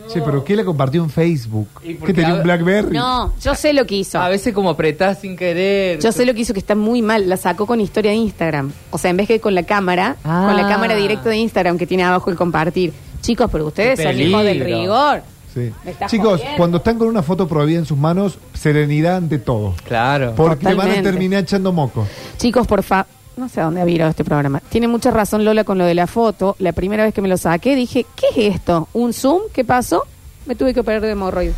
S2: Sí, pero ¿qué le compartió en Facebook?
S3: porque
S2: Que tenía
S3: a-
S2: un Blackberry.
S1: No, yo sé lo que hizo.
S3: A veces como apretás sin querer.
S1: Yo sé lo que hizo que está muy mal, la sacó con historia de Instagram. O sea, en vez que con la cámara,
S3: Ah.
S1: con la cámara directa de Instagram que tiene abajo el compartir. Chicos, pero ustedes
S2: Qué
S1: son hijos del
S2: peligro.
S1: rigor.
S2: Sí.
S1: Me estás
S2: Chicos,
S1: jodiendo.
S2: cuando están con una foto prohibida en sus manos, serenidad ante todo.
S3: Claro.
S2: Porque van a
S1: Totalmente.
S2: terminar echando moco.
S1: Chicos, por fa... No sé a dónde ha virado este programa. Tiene mucha razón Lola con lo de la foto. La primera vez que me lo saqué dije, ¿qué es esto? ¿Un zoom? ¿Qué pasó? Me tuve que operar de hemorroides.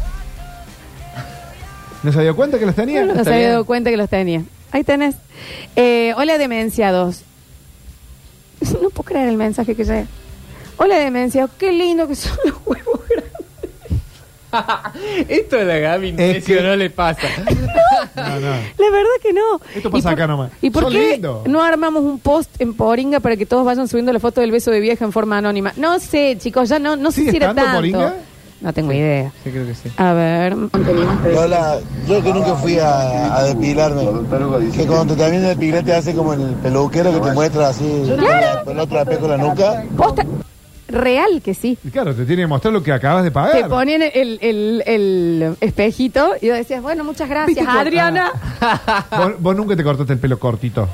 S2: ¿No se dio cuenta que las tenía?
S1: No se había dado cuenta que los tenía. Ahí tenés. Eh, hola, demenciados. No puedo creer el mensaje que llega. Hola, demenciados. Qué lindo que son los huevos grandes.
S3: Esto a la Gaby necio no le pasa.
S2: No, no.
S1: La verdad que no.
S2: Esto pasa
S1: ¿Y por-
S2: acá nomás.
S1: ¿Y por
S2: Son
S1: qué
S2: lindos.
S1: no armamos un post en Poringa para que todos vayan subiendo la foto del beso de vieja en forma anónima? No sé, chicos, ya no, no sé
S20: ¿Sigue
S1: si era
S20: estando
S1: tanto.
S20: Poringa?
S1: No tengo idea.
S3: Sí, creo que sí.
S1: A ver.
S20: Lola, yo que nunca fui a, a depilarme. Que cuando te terminas de depilar te hace como el peluquero que te muestra así.
S1: Claro.
S20: Con el otro apé con la nuca.
S1: Posta. Real que sí.
S2: Y claro, te tiene que mostrar lo que acabas de
S1: Te
S2: pagar.
S1: ponen el, el- el espejito y decías, bueno, muchas gracias,
S2: Viste,
S1: Adriana.
S2: Vos, vos nunca te cortaste el pelo cortito.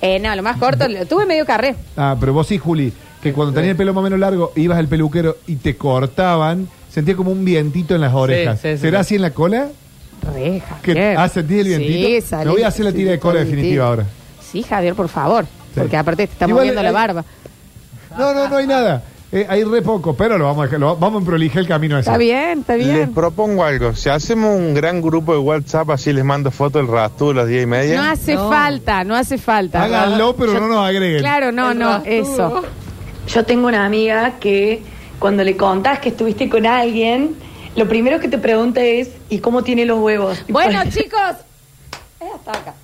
S1: Eh, no, lo más corto, lo tuve medio carré.
S2: Ah, pero vos sí, Juli, que cuando tenías el pelo más o menos largo, ibas al peluquero y te cortaban, sentías como un vientito en las orejas.
S3: sí, sí,
S2: ¿Será así
S3: sí.
S2: en la cola?
S1: Reja.
S2: Que- ah, sentí el vientito. Me voy a hacer la tira de cola definitiva ahora.
S1: Sí, Javier, por favor. Porque aparte te está
S2: Igual,
S1: moviendo
S2: eh,
S1: la barba.
S2: No, no, no hay nada. Eh, hay re poco, pero lo vamos a dejar, lo va- vamos a prolijar el camino ese.
S1: Está bien, está
S21: Les
S1: bien.
S21: propongo algo. Si hacemos un gran grupo de WhatsApp, así les mando fotos del rastú a las 10 y media.
S1: No hace falta, no hace falta.
S2: Háganlo, pero no nos agreguen.
S1: Claro, no, no, eso.
S8: Yo tengo una amiga que cuando le contás que estuviste con alguien, lo primero que te pregunta es ¿y cómo tiene los huevos? Y
S1: Bueno,
S8: por-
S1: chicos, es hasta acá.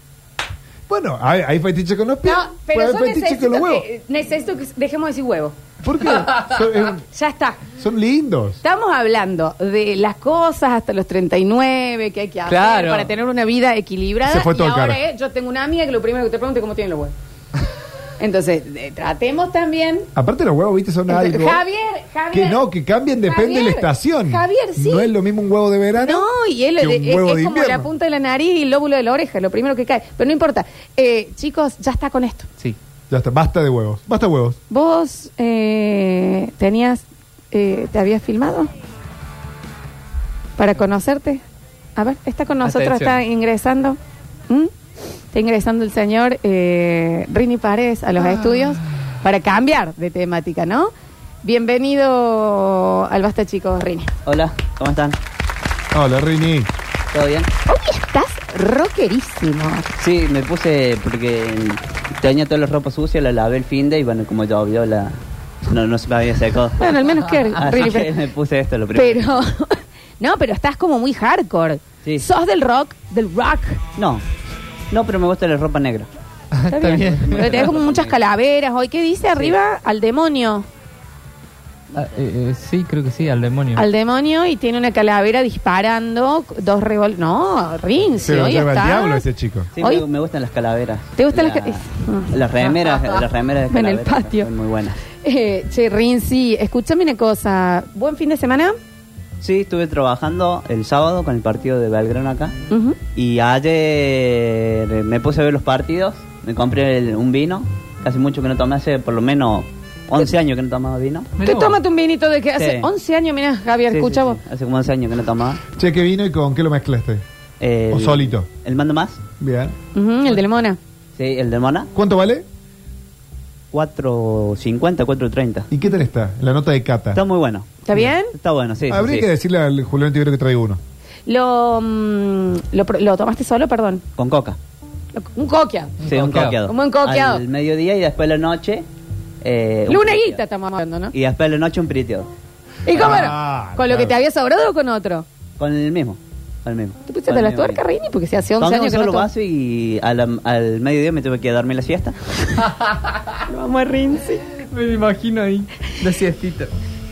S2: Bueno, hay, hay fetiche con los pies.
S1: No, pero
S2: hay
S1: yo
S2: fetiche
S1: necesito
S2: con los huevos.
S1: que, eh, necesito que dejemos de decir huevo.
S2: ¿Por qué? Son- es-
S1: ya está.
S2: Son lindos.
S1: Estamos hablando de las cosas hasta los 39 que hay que hacer
S2: Claro.
S1: para tener una vida equilibrada.
S2: Se fue todo
S1: y
S2: el
S1: ahora
S2: cara.
S1: es, yo tengo una amiga que lo primero que te pregunta es cómo tienen los huevos. Entonces, eh, tratemos también.
S2: Aparte los huevos, viste, son algo.
S1: Javier, Javier.
S2: Que no, que cambien depende de la
S1: Javier,
S2: estación.
S1: Javier, sí.
S2: No es lo mismo un huevo de verano.
S1: No, y él
S2: que un
S1: es, es-
S2: huevo
S1: es
S2: de
S1: como
S2: invierno.
S1: la punta de la nariz y el lóbulo de la oreja, lo primero que cae. Pero no importa. Eh, chicos, ya está con esto.
S2: Ya está, basta de huevos. Basta de huevos.
S1: ¿Vos eh, tenías, eh, te habías filmado? Para conocerte. A ver, está con nosotros,
S3: Atención.
S1: está ingresando. ¿Mm? Está ingresando el señor eh, Rini Párez a los
S2: Ah.
S1: estudios para cambiar de temática, ¿no? Bienvenido al Basta Chicos, Rini.
S9: Hola, ¿cómo están?
S2: Hola, Rini.
S9: ¿Todo bien?
S1: Hoy estás rockerísimo.
S9: Sí, me puse porque tenía toda la ropa sucia, la lavé el fin de y bueno, como llovió, la... no, no se me había secado.
S1: Bueno, al menos que
S9: Así
S1: Rini,
S9: que
S1: pero-
S9: Ah, me puse esto lo primero.
S1: Pero, no, pero estás como muy hardcore. ¿Sos del rock? ¿Del rock?
S9: No, no, pero me gusta la ropa negra.
S1: Está bien. Pero tenés como muchas calaveras hoy. ¿Qué dice arriba? Al demonio.
S3: Ah, eh, eh, sí, creo que sí, al demonio.
S1: Al demonio y tiene una calavera disparando dos revol... No, Rince,
S9: Pero
S1: hoy
S9: lleva el
S1: estás-
S9: diablo
S2: Este chico.
S9: Sí,
S1: Hoy-
S9: me, me gustan las calaveras.
S1: ¿Te gustan las
S9: La-
S1: ca- Ah,
S9: Las remeras, las remeras de
S1: En el
S9: calaveras patio. Son muy buenas.
S1: Eh, che, Rinzi, escúchame una cosa. ¿Buen fin de semana?
S9: Sí, estuve trabajando el sábado con el partido de Belgrano acá.
S1: Ujú.
S9: Y ayer me puse a ver los partidos, me compré el- un vino, casi mucho que no tomé, hace por lo menos 11 años que no tomaba vino.
S1: Te tómate un vinito de que hace
S9: Sí.
S1: 11 años, mirá, Javier,
S9: Sí,
S1: escucha
S9: sí,
S1: vos.
S9: sí, Hace como 11 años que no tomaba.
S2: Che, ¿qué vino y con qué lo mezclaste?
S9: El-
S2: ¿O solito?
S9: ¿El mando más?
S2: Bien.
S1: Ujú, el del Mona.
S9: Sí, el de Mona.
S2: ¿Cuánto vale?
S9: 4.50, 4.30.
S2: ¿Y qué tal está? La nota de cata.
S9: Está muy bueno.
S1: ¿Está bien?
S9: Está bueno, sí. sí,
S2: Habría
S9: sí.
S2: que decirle al Julián Tibero que traiga uno.
S1: Lo, mm, lo, pro- lo tomaste solo, perdón.
S9: Con coca.
S1: Lo- Un coquia.
S9: Sí, un coqueado.
S1: Un buen coqueado.
S9: Al mediodía y después de la noche. eh, un-
S1: Luna guita estamos hablando, ¿no?
S9: Y después de la noche un piriteado.
S1: ¿Y cómo
S9: Ah,
S1: era? ¿Con lo
S9: claro.
S1: que te había sobrado o con otro?
S9: Con el mismo. Con el mismo.
S1: ¿Tú pusiste de las tuercas, Rini? Porque se hace 11
S9: Tomé un
S1: años que no
S9: solo
S1: tomo.
S9: vaso y al, al mediodía me tuve que darme la siesta.
S1: Lo amo a Rinzi.
S3: Me lo imagino ahí, la siestita.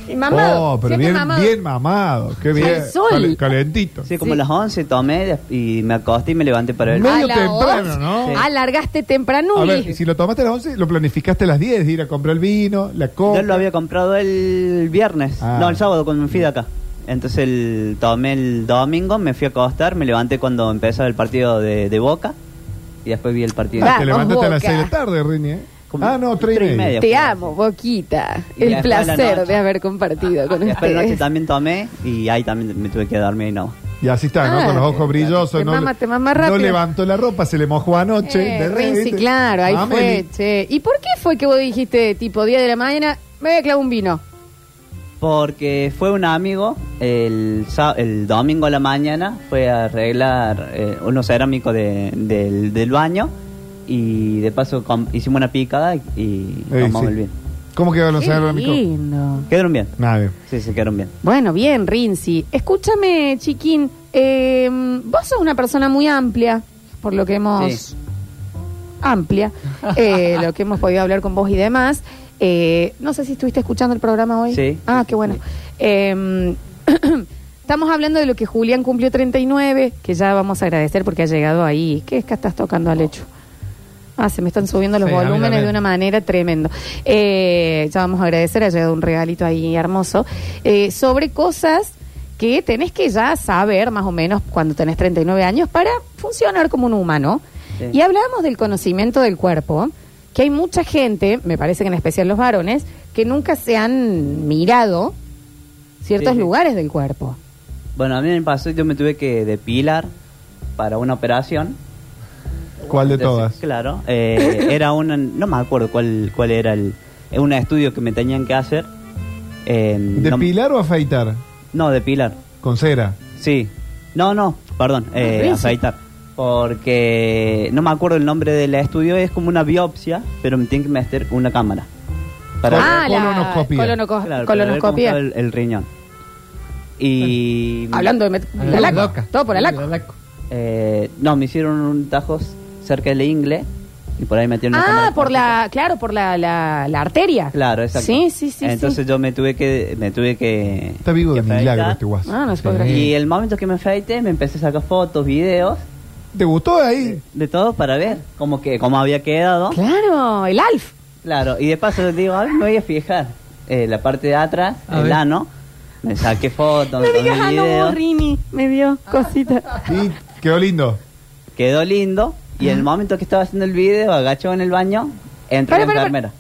S1: Y mamado.
S9: Oh, pero
S1: siempre
S9: bien-
S1: mamado.
S9: bien
S2: mamado. Qué
S1: bien. Al sol. Cal-
S2: calentito.
S9: Sí, como
S1: Sí.
S9: a las 11 tomé des- y me acosté y me levanté para ver.
S1: A la once. Alargaste temprano.
S2: A ver, si lo tomaste a las 11, lo planificaste a las 10, de ir a comprar el vino, la coca.
S9: Yo lo había comprado el viernes.
S2: Ah.
S9: No, el sábado cuando me fui de acá. Entonces el, tomé el domingo, me fui a acostar, me levanté cuando empezaba el partido de, de Boca y después vi el partido.
S2: Ah, te levantaste a las 6 de la tarde, Rini, ¿eh? Ah, no, 3 y
S9: Tres y
S2: media.
S9: media.
S1: Te amo, Boquita.
S9: Y
S1: El
S9: después de la
S1: placer
S9: noche.
S1: de haber compartido con
S9: Y después de la noche
S1: ustedes.
S9: también tomé y ahí también me tuve que dormir y no.
S2: Y así está, ¿no?
S1: Ah,
S2: Con los ojos brillosos.
S1: te
S2: no,
S1: mama- te mama
S2: no
S1: rápido.
S2: levantó la ropa, se le mojó anoche.
S1: Eh,
S2: ¿entendés?
S1: Rinzi,
S2: ¿Viste?
S1: claro, ahí
S2: Mameli.
S1: fue, che. ¿Y por qué fue que vos dijiste, tipo, 10 de la mañana, me voy a clavar un vino?
S9: Porque fue un amigo el, sa- el domingo a la mañana, fue a arreglar eh, unos cerámicos de- del, del baño y de paso com- hicimos una picada y, y
S2: Eh,
S9: tomamos
S2: sí.
S9: el vino.
S2: ¿Cómo quedaron los
S1: Qué
S2: cerámicos?
S1: lindo.
S9: ¿Quedaron bien?
S2: Nadie.
S9: Sí, sí, quedaron bien.
S1: Bueno, bien, Rinzi. Escúchame, chiquín. eh, vos sos una persona muy amplia, por lo que hemos.
S9: Sí.
S1: Amplia, eh, lo que hemos podido hablar con vos y demás. Eh, no sé si estuviste escuchando el programa hoy.
S9: Sí.
S1: Ah, qué bueno. Eh, estamos hablando de lo que Julián cumplió 39, que ya vamos a agradecer porque ha llegado ahí. ¿Qué es que estás tocando al hecho? Ah, se me están subiendo los
S22: Sí, a mí
S1: volúmenes
S22: también.
S1: de una manera tremendo. Eh, ya vamos a agradecer, ha llegado un regalito ahí hermoso. eh, sobre cosas que tenés que ya saber más o menos cuando tenés 39 años para funcionar como un humano.
S22: Sí.
S1: Y hablamos del conocimiento del cuerpo, que hay mucha gente, me parece que en especial los varones, que nunca se han mirado ciertos
S9: Sí, sí.
S1: lugares del cuerpo.
S9: Bueno, a mí me pasó, yo me tuve que depilar para una operación.
S2: ¿Cuál de
S9: Entonces,
S2: todas?
S9: Claro, eh, era una, no me acuerdo cuál, cuál era el, eh, un estudio que me tenían que hacer
S2: ¿Depilar o afeitar?
S9: No, depilar.
S2: ¿Con cera?
S9: Sí. No, no, perdón, eh,
S2: Sonrisa.
S9: afeitar. Porque no me acuerdo el nombre del estudio, es como una biopsia, pero me tienen que meter una cámara.
S1: Ah, la colonoscopia. colonoco-
S9: Claro, para ver cómo
S1: colonoscopia.
S9: está el, el riñón. Y.
S1: Hablando de met- Ah, la laca, todo por la laca.
S9: Eh, no, me hicieron un tajos cerca del ingle y por ahí metieron una
S1: Ah,
S9: cámara.
S1: por la, claro, por la, la, la arteria.
S9: Claro, exacto.
S1: Sí, sí, sí,
S9: Entonces yo me tuve que. Me tuve que
S2: Está vivo de milagro
S9: afeitar.
S2: este guaso.
S1: Ah, no se puede creer.
S9: Y el momento que me afeité, me empecé a sacar fotos, videos.
S2: ¿Te gustó ahí?
S9: De, de todo para ver cómo, que, cómo había quedado.
S1: Claro, el ALF.
S9: Claro, y de paso les digo, a ver, me voy a fijar. eh, la parte de atrás,
S1: A
S9: el
S1: ver.
S9: ano. Me saqué fotos,
S1: No
S9: me
S1: digas,
S9: tomé
S1: ah, no,
S9: videos.
S1: Rini, me vio cosita.
S2: Quedó lindo.
S9: Quedó lindo. Y en el momento que estaba haciendo el video, agachó en el baño, entró
S1: Para, para,
S9: la
S1: para.
S9: enfermera.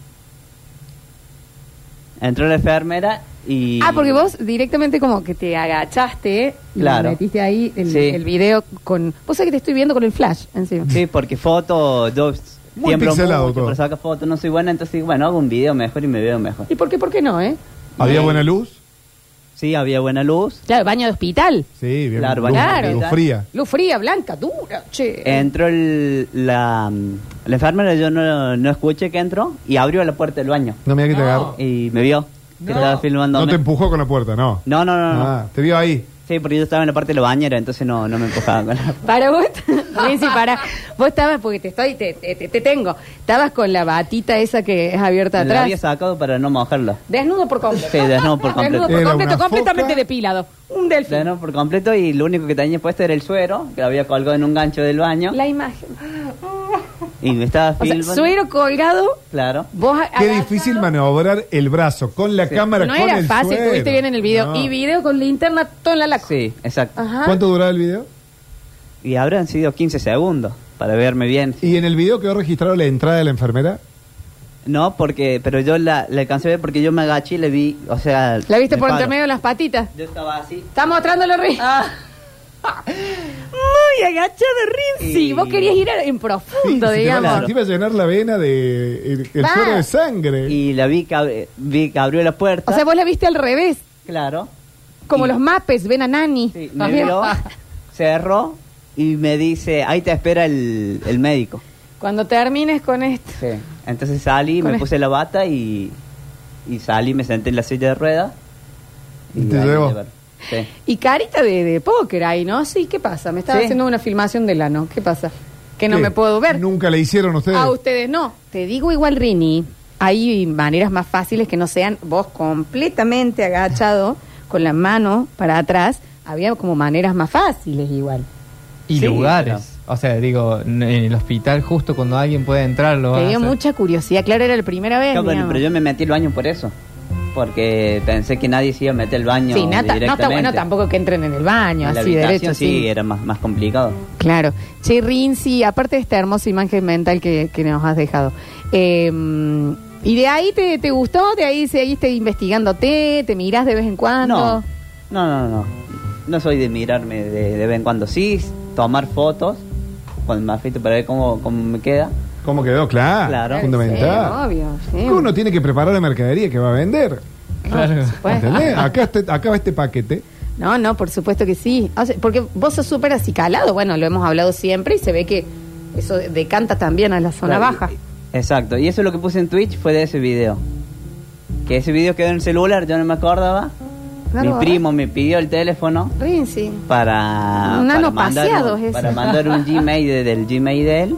S9: Entró la enfermera y...
S1: Ah, porque vos directamente como que te agachaste y
S9: Claro.
S1: metiste ahí el,
S9: Sí.
S1: el video con... Vos sabés que te estoy viendo con el flash encima.
S9: Sí, porque foto, yo
S1: Muy
S9: tiemblo
S2: pixelado
S9: mucho
S2: todo.
S9: para sacar fotos, no soy buena, entonces digo, bueno, hago un video mejor y me veo mejor.
S1: ¿Y por qué, por qué no, eh?
S2: ¿Había buena luz?
S9: Sí, había buena luz.
S1: Claro, baño de hospital.
S2: Sí, bien.
S9: Claro,
S2: luz,
S9: bañado.
S2: luz
S9: Claro.
S2: fría.
S1: Luz fría, blanca, dura, che.
S9: Entró el- la, la enfermera, yo no, no escuché que entró y abrió la puerta del baño.
S2: No me que te agarró.
S9: Y me vio que estaba filmando.
S2: No te empujó con la puerta, no.
S9: no, no, no, no.
S2: Ah, te vio ahí.
S9: Sí, porque yo estaba en la parte de la bañera, entonces no, no me empujaba con la...
S1: Para vos, Rinzi, para. Vos estabas, porque te estoy, te, te, te- te tengo. Estabas con la batita esa que es abierta
S9: La
S1: atrás.
S9: había sacado para no mojarla.
S1: Desnudo por completo.
S9: Sí, desnudo por completo.
S1: Desnudo por
S9: Era
S1: completo,
S9: una
S1: completamente depilado. Un delfín.
S9: Plano por completo y lo único que tenía puesto era el suero, que lo había colgado en un gancho del baño
S1: La imagen.
S9: y me estaba
S1: O sea,
S9: filmando.
S1: suero colgado,
S9: Claro.
S1: vos a-
S2: Qué
S1: a-
S2: difícil maniobrar el brazo con la cámara,
S1: No
S2: con
S1: era
S2: el
S1: fácil,
S2: suero.
S1: tuviste bien en el video.
S2: No.
S1: Y video con linterna, todo en la laca.
S9: Sí, exacto.
S1: Ajá.
S2: ¿Cuánto duraba el video?
S9: Y habrán sido 15 segundos para verme bien.
S2: ¿Y en el video quedó registrado la entrada de la enfermera?
S9: No, porque, pero yo la, la alcancé a ver porque yo me agaché y le vi, o sea...
S1: ¿La viste
S9: me
S1: por
S9: paro.
S1: entre medio de las patitas?
S9: Yo estaba así. Ah.
S1: Está mostrándolo, Rinzi. Muy agachado, Rinzi.
S9: Y-
S1: Vos querías ir a- en profundo,
S2: se te va-
S1: digamos.
S2: se te iba a llenar la vena de el, el
S1: Va.
S2: suero de sangre.
S9: Y la vi que, ab- vi que abrió la puerta.
S1: O sea, vos la viste al revés.
S9: Claro.
S1: Como los mapes, ven a Nani. ah,
S9: Me vio, cerró y me dice, ahí te espera el, el médico.
S1: Cuando termines con esto.
S9: Sí. Entonces salí,
S1: Con
S9: me
S1: el-
S9: puse la bata y, y salí, me senté en la silla de ruedas.
S2: Y te
S9: ahí
S2: llevó.
S9: me llevaron. Sí.
S1: Y carita de, de póker ahí, ¿no? Sí, ¿qué pasa? Me estaba
S9: Sí.
S1: haciendo una filmación del ano. ¿Qué pasa? Que no
S2: ¿Qué?
S1: me puedo ver.
S2: Nunca le hicieron ustedes.
S1: A ustedes no. Te digo igual, Rini. Hay maneras más fáciles que no sean vos completamente agachado con la mano para atrás. Había como maneras más fáciles igual.
S23: Y
S1: Sí,
S23: lugares. O sea, digo, en el hospital justo cuando alguien puede entrar lo va
S1: Te
S23: a
S1: dio
S23: hacer.
S1: mucha curiosidad. Claro, era la primera vez.
S9: No, bueno,
S1: digamos.
S9: pero yo me metí al baño por eso. Porque pensé que nadie se iba a meter al baño.
S1: sí, nata, no está
S9: directamente.
S1: bueno tampoco que entren en el
S9: En
S1: baño,
S9: la
S1: así derecho.
S9: habitación sí, era más, más complicado.
S1: Claro. Che, Rinzi, aparte de esta hermosa imagen mental que, que nos has dejado. eh, ¿Y de ahí te, te gustó? ¿De ahí seguiste investigándote? ¿Te mirás de vez en cuando?
S9: No, no, no, no. No soy de mirarme de, de vez en cuando. Sí, tomar fotos con el mafito para ver cómo, cómo me queda.
S2: ¿Cómo quedó? Claro.
S9: Claro.
S2: Fundamental.
S1: Sí, obvio, sí.
S2: Uno tiene que preparar la mercadería que va a vender.
S1: Claro. supuesto.
S2: ¿Entendés? Acá, este- acá va este paquete.
S1: No, no, por supuesto que sí. O sea, porque vos sos súper acicalado. Bueno, lo hemos hablado siempre y se ve que eso decanta también a la zona
S9: Claro,
S1: baja.
S9: Exacto, y eso lo que puse en Twitch fue de ese video. Que ese video quedó en el celular, yo no me acordaba.
S1: No
S9: Mi
S1: lo-
S9: primo me pidió el teléfono
S1: Rinzi.
S9: para, para,
S1: Nano
S9: mandar,
S1: paseados
S9: un,
S1: ese.
S9: para mandar un Gmail de- del Gmail de él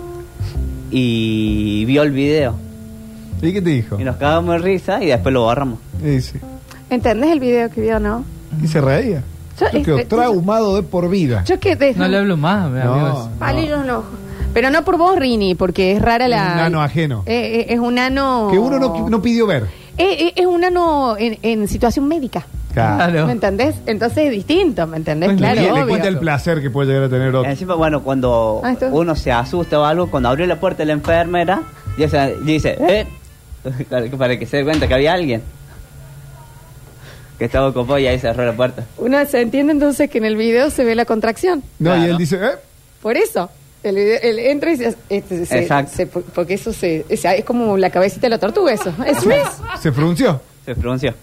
S9: y vio el video.
S2: ¿Y qué te dijo?
S9: Y nos cagamos de risa y después lo borramos.
S2: Y sí.
S1: ¿Entendés el video que vio, no?
S2: Y se reía.
S1: Yo-
S2: Yo quedo
S1: eh,
S2: traumado de por vida.
S1: Yo es que desde-
S23: No le hablo más, mi
S2: No,
S23: amigo.
S1: Palillos en los ojos. Pero no por vos, Rini, porque es rara la.
S2: Es un ano ajeno.
S1: Eh, eh, es un ano.
S2: Que uno no, no pidió ver.
S1: Eh, eh, es un ano en, en situación médica.
S2: Claro.
S1: ¿Me entendés? Entonces es distinto, ¿me entendés?
S2: Y
S1: claro,
S2: le
S1: obvio.
S2: cuenta el placer que puede llegar a tener otro.
S9: Encima, bueno, cuando
S1: Ah, esto.
S9: uno se asusta o algo, cuando abrió la puerta de la em- enfermera, ya se- ya dice, ¿eh? para que se dé cuenta que había alguien. Que estaba ocupado y ahí cerró la puerta.
S1: Uno se entiende entonces que en el video se ve la contracción.
S2: No, y él dice, ¿eh?
S1: Por eso. El video- él entra y se, este, se-
S9: Exacto.
S1: se- porque eso se, es, es como la cabecita de la tortuga, eso. Es Reese.
S2: Se frunció.
S9: Se pronunció.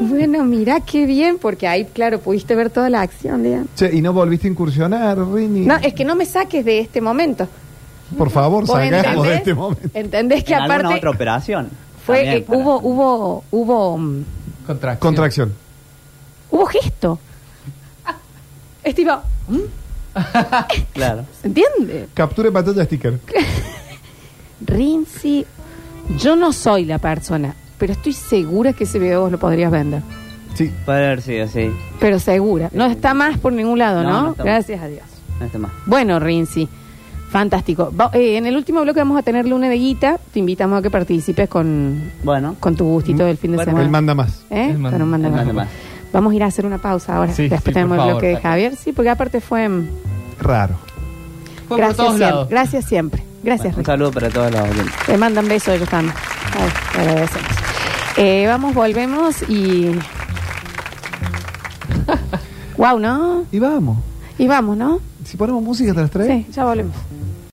S1: Bueno, mira qué bien, porque ahí, claro, pudiste ver toda la acción, Lean.
S2: Che, y no volviste a incursionar, Rini.
S1: No, es que no me saques de este momento.
S2: Por favor,
S1: ¿Vos
S2: sacamos de
S1: entendés?
S2: este momento.
S1: ¿Entendés que
S9: en alguna
S1: aparte
S9: otra operación.
S1: fue,
S9: también,
S1: eh, hubo, hubo, hubo, mm,
S2: Contracción.
S1: hubo gesto? Es tipo, ¿mm?
S9: Claro.
S1: ¿se ¿Mm? entiende?
S2: Captura de pantalla sticker.
S1: Rinzi, yo no soy la persona, pero estoy segura que ese video vos lo podrías vender.
S2: Sí.
S9: Puede haber sido, sí.
S1: Pero segura. No está más por ningún lado,
S9: No,
S1: ¿no?
S9: no está más.
S1: Gracias a Dios.
S9: No está más.
S1: Bueno, Rinzi, fantástico. Va- eh, en el último bloque vamos a tener lunes de guita. Te invitamos a que participes con,
S9: bueno.
S1: con tu gustito del fin de semana.
S2: Él manda más.
S1: ¿Eh?
S2: Él manda-
S1: Con un manda
S2: él
S1: más.
S2: manda más.
S1: Vamos a ir a hacer una pausa ahora.
S2: Sí,
S1: Después
S2: sí, por
S1: tenemos el
S2: favor,
S1: bloque de
S2: Paco.
S1: Javier. Sí, porque aparte fue... mm,
S2: Raro.
S3: Fue por
S1: gracias,
S3: todos
S1: siempre,
S3: lados.
S1: gracias siempre. Gracias,
S9: Un saludo para todos los oyentes.
S1: Te mandan besos ellos también. Ay, te agradecemos. Eh, vamos, volvemos y. wow, ¿no?
S2: Y vamos.
S1: Y vamos, ¿no?
S2: Si ponemos música, te las traes. ¿Eh?
S1: Sí, ya volvemos.